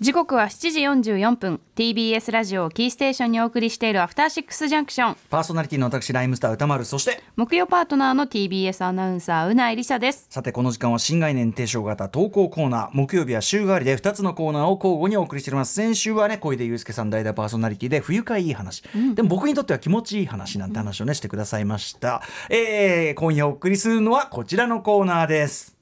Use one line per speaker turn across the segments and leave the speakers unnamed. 時刻は7時44分 TBS ラジオをキーステーションにお送りしているアフターシックスジャンクション
パーソナリティの私ライムスター歌丸そして
木曜パートナーの TBS アナウンサーうなえりさです
さてこの時間は新概念提唱型投稿コーナー木曜日は週替わりで2つのコーナーを交互にお送りしております先週はね小出祐介さん代打パーソナリティで不愉快いい話、でも僕にとっては気持ちいい話なんて話をねしてくださいました、えー、今夜お送りするのはこちらのコーナーです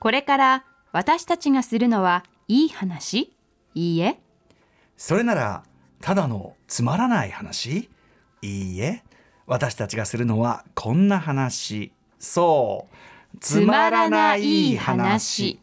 これから私たちがするのはいい話いいえ
それならただのつまらない話いいえ私たちがするのはこんな話そう
つまらない話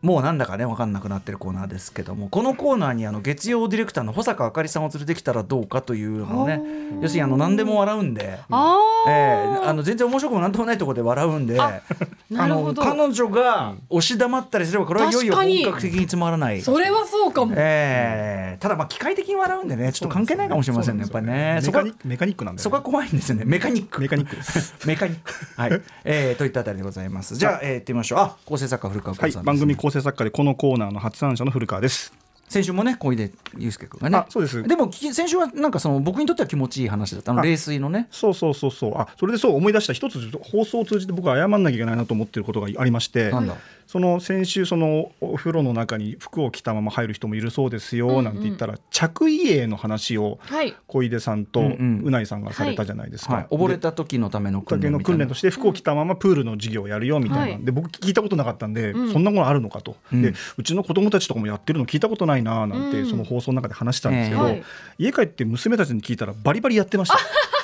もうなんだかね分かんなくなってるコーナーですけどもこのコーナーにあの月曜ディレクターの保坂あかりさんを連れてきたらどうかというのをね要するにあの何でも笑うんで。
あ
え
ー、
えあの全然面白くもなんともないところで笑うんであ
なるほど
の彼女が押し黙ったりすればこれはいよいよ
確かに
本格的につまらない
それはそうかも。
ええただまあ機械的に笑うんでねちょっと関係ないかもしれませんねやっぱりねそこ
メカ
は
ニックメカニックなんだよ
そこは怖いんですよねメカニック
メカニックです
メカニックはい、えー、といったあたりでございますじゃあ、えー、やってみましょうあ構成作家古川
は
光
い
さんです、
番組構成作家でこのコーナーの発案者の古川です
先週もね小出祐介君がね
あそうです
でもき先週はなんかその僕にとっては気持ちいい話だったあの
あ
冷水のね
そうそうそうそうあそれでそう思い出した一つちょっと放送を通じて僕は謝んなきゃいけないなと思ってることがありまして
なんだ
その先週そのお風呂の中に服を着たまま入る人もいるそうですよなんて言ったら、着衣営の話を
はい。
小出さんと
うんうん
うないさんがされたじゃないですか、
はい、溺れた時のための訓
竹
練
の
みた
訓
いな
練として服を着たままプールの授業をやるよみたいな、
はい
で僕聞いたことなかったんで、
うん
そんなものあるのかと、
うん
でうちの子供たちとかもやってるの聞いたことないななんて、
うん
その放送の中で話したんですけど、
ええ
はい
家帰って娘たちに聞いたらバリバリやってました、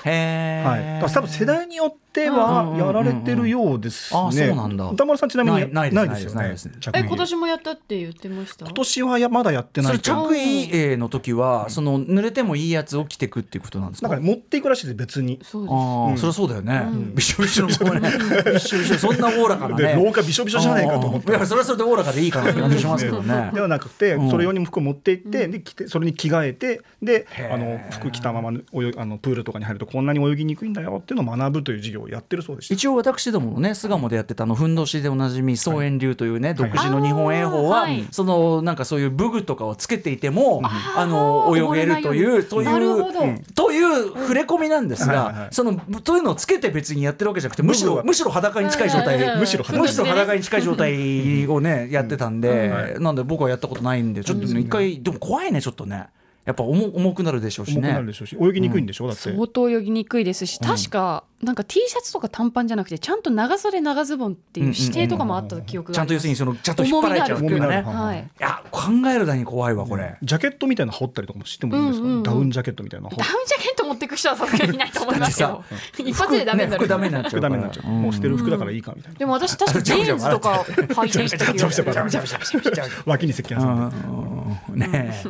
へ
はい、だ
え、
から多分世代によって
うん
は
うんうんうん
やられてるようですね、
あそうなんだ
歌丸さんちなみに
ないな
ないい
で
ですすよ
ない
ね
ですないです
着
え
衣
今年もやったって言ってました。
今年はやまだやって
そ
な
れ
い
着
けど
衣営の時はその濡れてもいいやつを着てくっていうことなんです
な
か
んかね持っていくらしいです別に。
そうです。
ああ、
うん
そりゃそうだよね、
うん
びしょびしょの子ね びしょびしょそんなおおらかな
で
ね
廊下びしょびしょじゃないかと思って
ああいやそれはそれでおおらかでいいかなって感じしますけどね
ではなくて、
うん
それ用に服を持って行って,、で着てそれに着替えてで
へー
あの服着たまま泳いあのプールとかに入るとこんなに泳ぎにくいんだよっていうのを学ぶという授業をやってるそうでした。
一応私どものね巣鴨でやってたあのふんどしでおなじみ総遠流というね、独自の日本泳法は、
あーはい
そのなんかそういう武具とかをつけていても、あの泳げると
溺れないよ
いうう
に
そう
なる
いう
ほど
うんという触れ込みなんですが、
はいはいはい
そのというのをつけて別にやってるわけじゃなくてむし
武具
ろ
は
むしろ裸に近い状態
はいはい
で
はい
むしろ裸
むしろ
そうですね
裸に近い状態 をねやってたんで、なんで僕はやったことないんでちょっとね一回でも怖いねちょっとねやっぱ重重くなるでしょうし
重くな
ね
るでしょうし泳ぎにくいんでしょ、うだって。
相当泳ぎにくいですし、確かなんか T シャツとか短パンじゃなくてちゃんと長袖長ズボンっていう指定とかもあった記憶
ち
が
ゃ
あ
んと要
ります
するにそのちゃんと引っ張られちゃうっていうか
重みのあ
ね
る
い
は
はい。
や考えるだに怖いわこれ。
ジャケットみたいなの羽織ったりとかもしてもいいんですか、
うんうんうん
ダウンジャケットみたいなの羽
ダウ
織
ン
っ
ジャケット持ってく人はさすがにいないと 思いますけ
だ
ど、一発でダメにな
服ね服
る。
ダメになっちゃう
て服ダメになっちゃう、もう捨てる服だからいいかみたい な、
でも私確かジーンズとか履いてる人いる。
脇に石鹸挟んで、
ねえ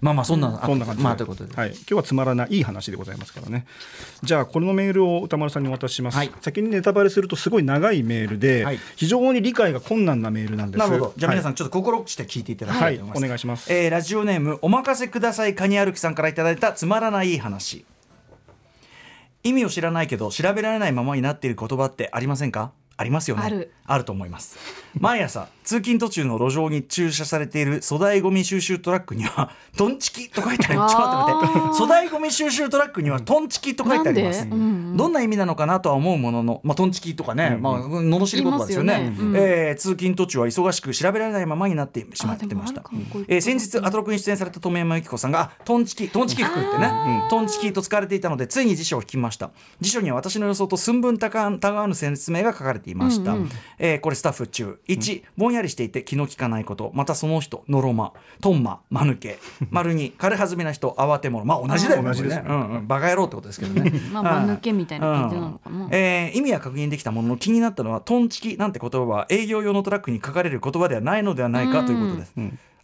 まあまあそんな
そんな感じで、
まあということで
はい、今日はつまらないいい話でございますからねじゃあこのメールを歌丸さんにお渡しします、
はい
先にネタバレするとすごい長いメールで、
はい
非常に理解が困難なメールなんです
なるほどじゃあ皆さ
ん
んちょっと心して聞いていただきた
はいい、
と
はい
思います
お願いします、
えーラジオネームお任せくださいカニ歩きさんからいただいたつまらない話意味を知らないけど調べられないままになっている言葉ってありませんかありますよね
ある
と思います毎朝通勤途中の路上に駐車されている粗大ごみ収集トラックには 「トンチキ」と書いてありますちょっと待って待って粗大ごみ収集トラックには「トンチキ」と書いてあります
なんでうんうん
どんな意味なのかなとは思うものの、まあ、トンチキとかね、まあ、罵り言葉ですよね
言いますよねうん
えー通勤途中は忙しく調べられないままになってしまってました
あでもあるかもこういうこと
えー先日アトロクに出演された富山由紀子さんがあ「トンチキトンチキ服」ってね「トンチキ」と使われていたのでついに辞書を引きました辞書には私の予想と寸分たがわぬ説明が書かれていました、えーこれスタッフ中1、ぼんやりしていて気の利かないことまたその人のろまとんま間抜け丸2軽はずみな人慌て者まあ同じだよね
同じですね
これねうんうん、バカ野郎ってことですけどね
まあ間抜けみたいな感じなのかな
うんえー意味は確認できたものの気になったのはトンチキなんて言葉は営業用のトラックに書かれる言葉ではないのではないかということです、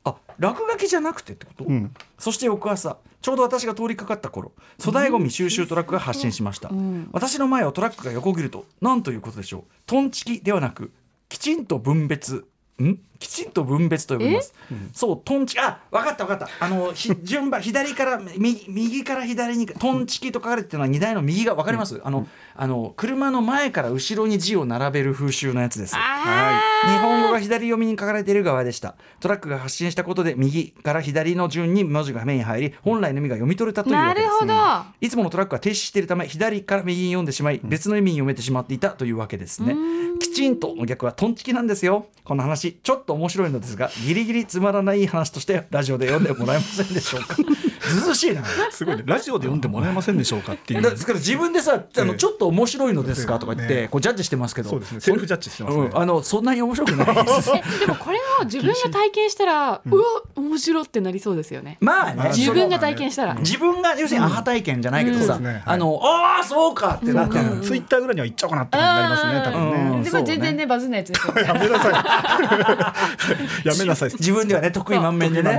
あ落書きじゃなくてってこと、
ん
そして翌朝ちょうど私が通りかかった頃粗大ごみ収集トラックが発進しました、私の前をトラックが横切ると何ということでしょうトンチキではなくきちんと分別んきちんと分別と呼びます。そうトンチあ分かった分かったあの ひ順番左から右右から左にトンチキと書かれてるのは荷台の右が分かります、あのあの車の前から後ろに字を並べる風習のやつです。はい、日本語が左読みに書かれている側でしたトラックが発信したことで右から左の順に文字が目に入り本来の意味が読み取れたというわ
な
けで
る
す。
ほど。
いつものトラックは停止しているため左から右に読んでしまい別の意味に読めてしまっていたというわけですねきちんとの逆はトンチキなんですよこの話ちょっと面白いのですがギリギリつまらない話としてラジオで読んでもらえませんでしょう かずうずうしいな
すごいねラジオで読んでもらえませんでしょうかっていう
だから自分でさあ
え
の
え
ちょっと面白いのですかとか言っ
え
て
え
こうジャッジしてますけど
そうですねセルフジャッジしてますね
うんあのそんなに面白くないです
えでもこれを自分が体験したら、うわ面白ってなりそうですよね。
まあね
自分が体験したら、
自分が要するにアハ体験じゃないけど
うんそ
さ、
うですねはい
あのああそうかってなってる、
ツイッターぐらいには行っちゃおうかなってなりますね多分
う
ね
ん
で
そう
も
ね
全然ねバズんないやつですよね
やめなさいやめなさい
自分ではね得意満面でね、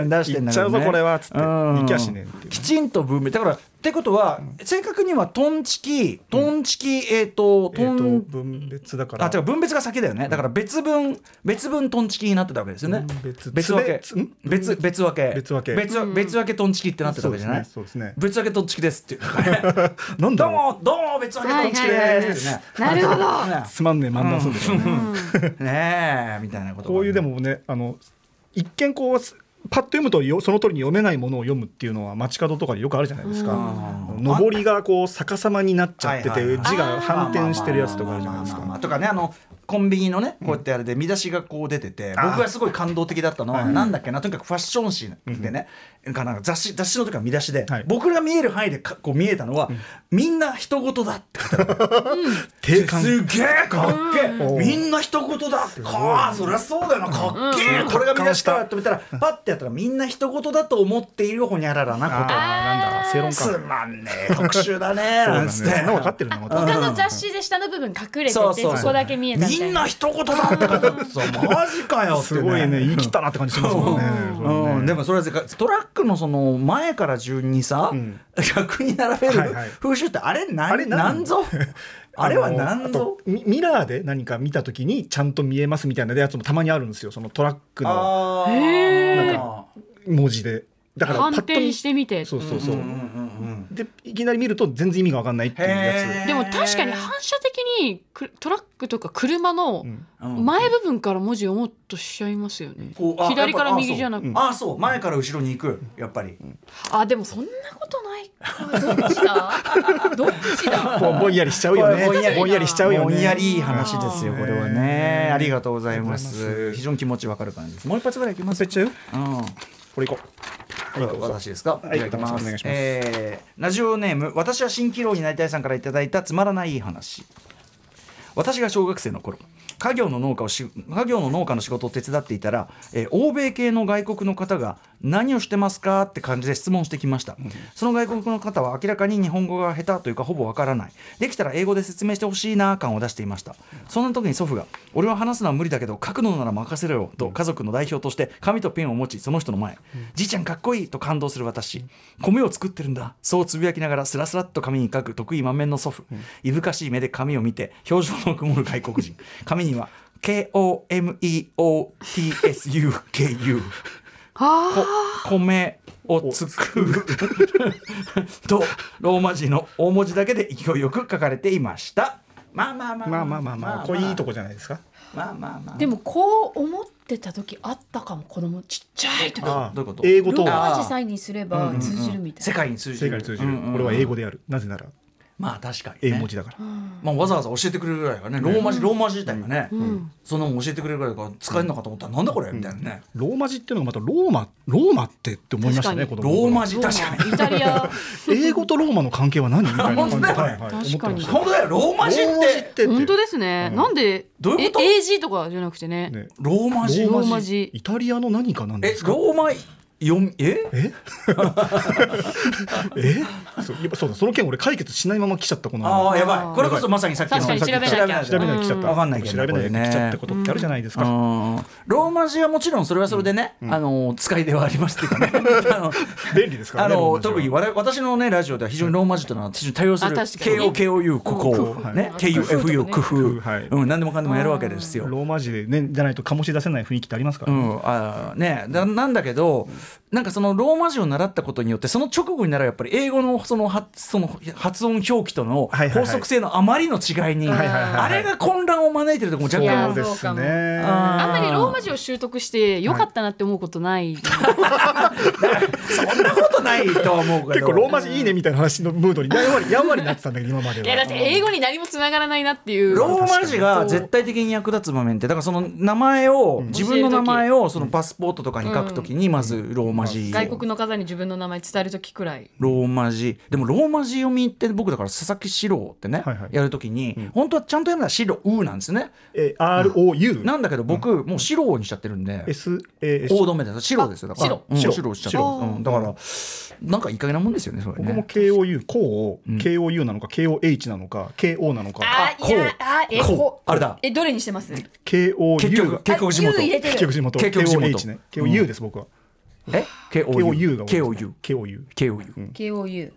うん出してんだ
行
け
っちゃ
ど
う
ね
ぞこれはっつって
うん
行きゃしねえっていう
きちんと分別だからってことは正確にはトンチキトンチキ、えっ、とト
え
ン、
ーと分別だから
あ違う分別が先だよねだから別分別分トンチキになってたわけですよね
分別
別分け
つべつ
別
ん
別分け
別分け
別別分けトンチキってなってた
そう
わけじ
です
ゃない、
ねそうですね
別分けトンチキですっていう
なんだ
どう
ろ
もどうも別分けトンチキですってね
はいはいはい
うつまんねえ漫談するんでしょうね
ねねえみたいなことが
こういうでもねあの一見こうすパッと読むとよその通りに読めないものを読むっていうのは街角とかでよくあるじゃないですか
うん
上りがこう逆さまになっちゃって
はい
て
はいはい
字が反転してるやつとかあるじゃないです
まあまあまあまあまあ
か
とかねあのコンビニのねこうやってあれで見出しがこう出てて僕がすごい感動的だったのはなんだっけなとにかくファッション誌でねかなんか雑誌雑誌の時は見出しで
はい
僕が見える範囲でかこう見えたのはみんな人事だって書いてある
定感
すげえかっけえ
うん
みんな人事だかあそりゃそうだよなかっけえこれが見出しかと思ったらパッてやったらみんな人事だと思っているほにゃららなこと
あーなんだ正
つ
論か
まんねえ特集だね
そう
な
だ
ん
ね
つ
そ
っ
ん
て
な分かってるなまた
他の雑誌で下の部分隠れててそ
そ
う
そう
こだけ見えたみ
み
たい
ん
な
な一言だって方だそうマジかよって
すごいね言い切ったなって感じしますもんね
うん、でもそれはぜかトラックのその前から順にさ、
うん
逆に並べる
はいはい
風習ってあれなん,、
あれなん
なん ぞあれはな
あ
ん
と
ぞ
ミミラーで何か見た時にちゃんと見えますみたいなやつもたまにあるんですよそのトラックの
あー
へ
な
ー
んか
文字でだ からパ
反
ッと
転
見
してみて。
そうそうそううん
うんうん
でいきなり見ると全然意味が分かんないっていうや
へー
でも確かに反射的にくトラックとか車の
つ、うん
うん
前部分から文字読もうとしちゃいますよね。
こうあ
左から
やっぱ
右じゃなく
あそうあそう前から後ろに行くやっぱり、
あでもそんなことない
どっちだ
どっちだ。
こうぼんやりしちゃうよね
これぼんやり
ぼんやりしちゃうよね
ぼんやりいい話ですよ
あー
これはねありがとうございま
ありがとうござい
す
ます
非常に気持ちわかる感じですもう一発ぐらいいきます
忘れちゃう
うん
これいこ
これ私ですか。
はい
じゃあ行きます
お願いします
えーラジオネーム私は蜃気楼になりたいさんからいただいたつまらない話。私が小学生の頃家業の農家をし家業の農家の仕事を手伝っていたら、えー欧米系の外国の方が「何をしてますか?」って感じで質問してきました、その外国の方は明らかに日本語が下手というかほぼわからないできたら英語で説明してほしいな感を出していましたそんな時に祖父が「俺は話すのは無理だけど書くのなら任せろよ」と家族の代表として紙とペンを持ちその人の前「じいちゃんかっこいい!」と感動する私米を作ってるんだそうつぶやきながらスラスラっと紙に書く得意満面の祖父いぶかしい目で紙を見て表情の曇る外国人 紙には KOMEOTSUKU こ米を作 るとローマ字の大文字だけで勢いよく書かれていましたまあまあまあ
うまあまあまあまあこれいいとこじゃないですか
まあまあまあ
でもこう思ってた時あったかも子供ちっちゃい時ロ
ああ
どういうこと
英語と
ー
あ
マ字サインにすれば通じるみたい
世
な
界に通じ
正
る
解に通じる
うんうんうん
これは英語でやるなぜなら
まあ確かに、
英
ね、
文字だから
まあ、わざわざ教えてくれるぐらいがねローマ字、ローマ字自体がね、そんなもん教えてくれるぐらいだから使えるのかと思ったら、なんだこれみたいなね、
ローマ字っていうのがまたローマローマってって思いましたね子
確か
供
ロ
の頃
ーマ字確かに
イタリア
英語とローマの関係は何みたいな感じで、
本当だ
は
よね
いはい、思っ
確
て
か
ま
に
した
本当だよローマ字っ
ローマ字っててって
本当ですね。なんで
どういうこと
え AG とかじゃなくてね。
ね
ローマ字
ローマ字
イタリアの何かなん
え
ですか
ローマよんえ
ええそうやっぱそうだその件俺解決しないまま来ちゃったこの
ああや
あ
ばい
ー
これこそまさにさっきの
確かに調べなきゃ
調べないいで来ちゃった、
わかんないけど
調べないで
これね
来ちゃったことってあるじゃないです
う
か、
んローマ字はもちろんそれはそれでね、あの使いではありますけど ねあの
便利ですか
あ
らね
の
ローマ字は
特に我々私のねラジオでは非常にローマ字というのは非常に多用する
あ確かに
KOKOU ここね KUFU 工
工夫はい
夫うん何でもかんでもやるわけですよ
ローマ字でねじゃないと醸し出せない雰囲気ってありますか
う
ら、
ん、あーねななんだけどなんかそのローマ字を習ったことによってその直後にならやっぱり英語のその発その発音表記との
はいはい
法
はい
則性のあまりの違いに
はいはいはいはい
あれが混乱を招いてるとこも若
い
干
や
そうですね
あ
あんまりローマ字を習得して良かったなって思うことない。
そんなことないとは思うけ
結
ど
構ローマ字いいねみたいな話のムードにやんわりやんわりなってたんだけど今までは。
いやだって英語に何もつながらないなっていう。
ローマ字が絶対的に役立つ場面ってだからその名前を自分の名前をそのパスポートとかに書くときにまずローマ字
外国の方に自分の名前伝える時くらい
ローマ字でもローマ字読みって僕だから佐々木四郎ってね
はいはい
やるときに本当はちゃんと読むのは四郎なんですよね
え R O U
なんだけど僕もう四郎にしちゃってるんで
S A
大止めです白ですよだから
白
うん
白
白しちゃってるうんだからなんかいい加減なもんですよねそれ
僕も
ね
K O U こうを
うん
K O U なのか K O H なのか K O なのか
あいやあえ
こ
こ
うあれだ
えどれにしてます
K O U
結局結局地元
あ U 入れて
結
る
局地元
結局地元
K O H ね K O U です僕は
え
K O U が
KOU
K O U
KOU
KOU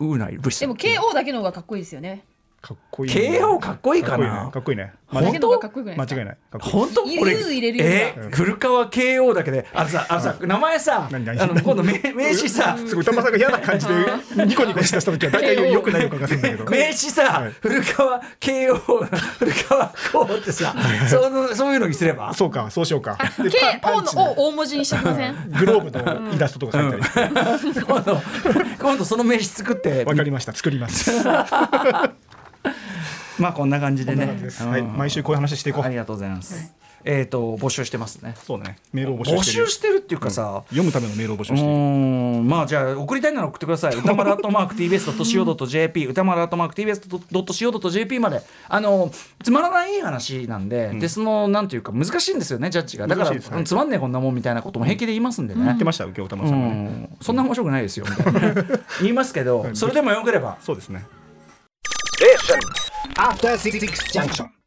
ウーナイルシ
でも KO だけの方がかっこいいですよね
かっこいい
KO かっこいいかな
かっこいいねかっ
だ
こ
け
いいね
の方がかっこよくない
間
ですか
違いないかっこいい
本当
い
俺
優入れるよ
え
う
ー古川 KO だけであのさあのさ名前さあ
何何
の今度名名刺さ
すごい歌丸さんが嫌な感じでニコニコしだした時は大体良くない予感がするんだけど
名刺
は
さ
い
古川 KO 古川 KO ってさそのそういうのにすれば
そうかそうしようかでパ
KO
ンチ
の O 大文字にしてきません
グローブのイラストとか書いたりして
今度今度その名刺作って
わかりました作ります
まあこんな感じで
こんな
ね
感じです
うん
はい、毎週こういう話していこう
あ。りがとうございますえっと募集してますね
そうだね。メールを募
募
集してる
集してるっていうかさ
読むためのメールを募
う
集してい
ー
る。
んまあじゃあ送りたいなら送ってください 歌丸アットマーク TBS.CO.JP 歌丸アットマーク TBS.CO.JP まであのつまらない話なんで、でそのなんていうか難しいんですよねジャッジがだから、
難しいですはい
うんつまんねえこんなもんみたいなことも平気で言いますんで
言
ね
って、ました、右京玉
う
さん
ん
がね。
そんな面白くないですよみたい なね言いますけどそれでもよければ
そうですね。
After Six Junction.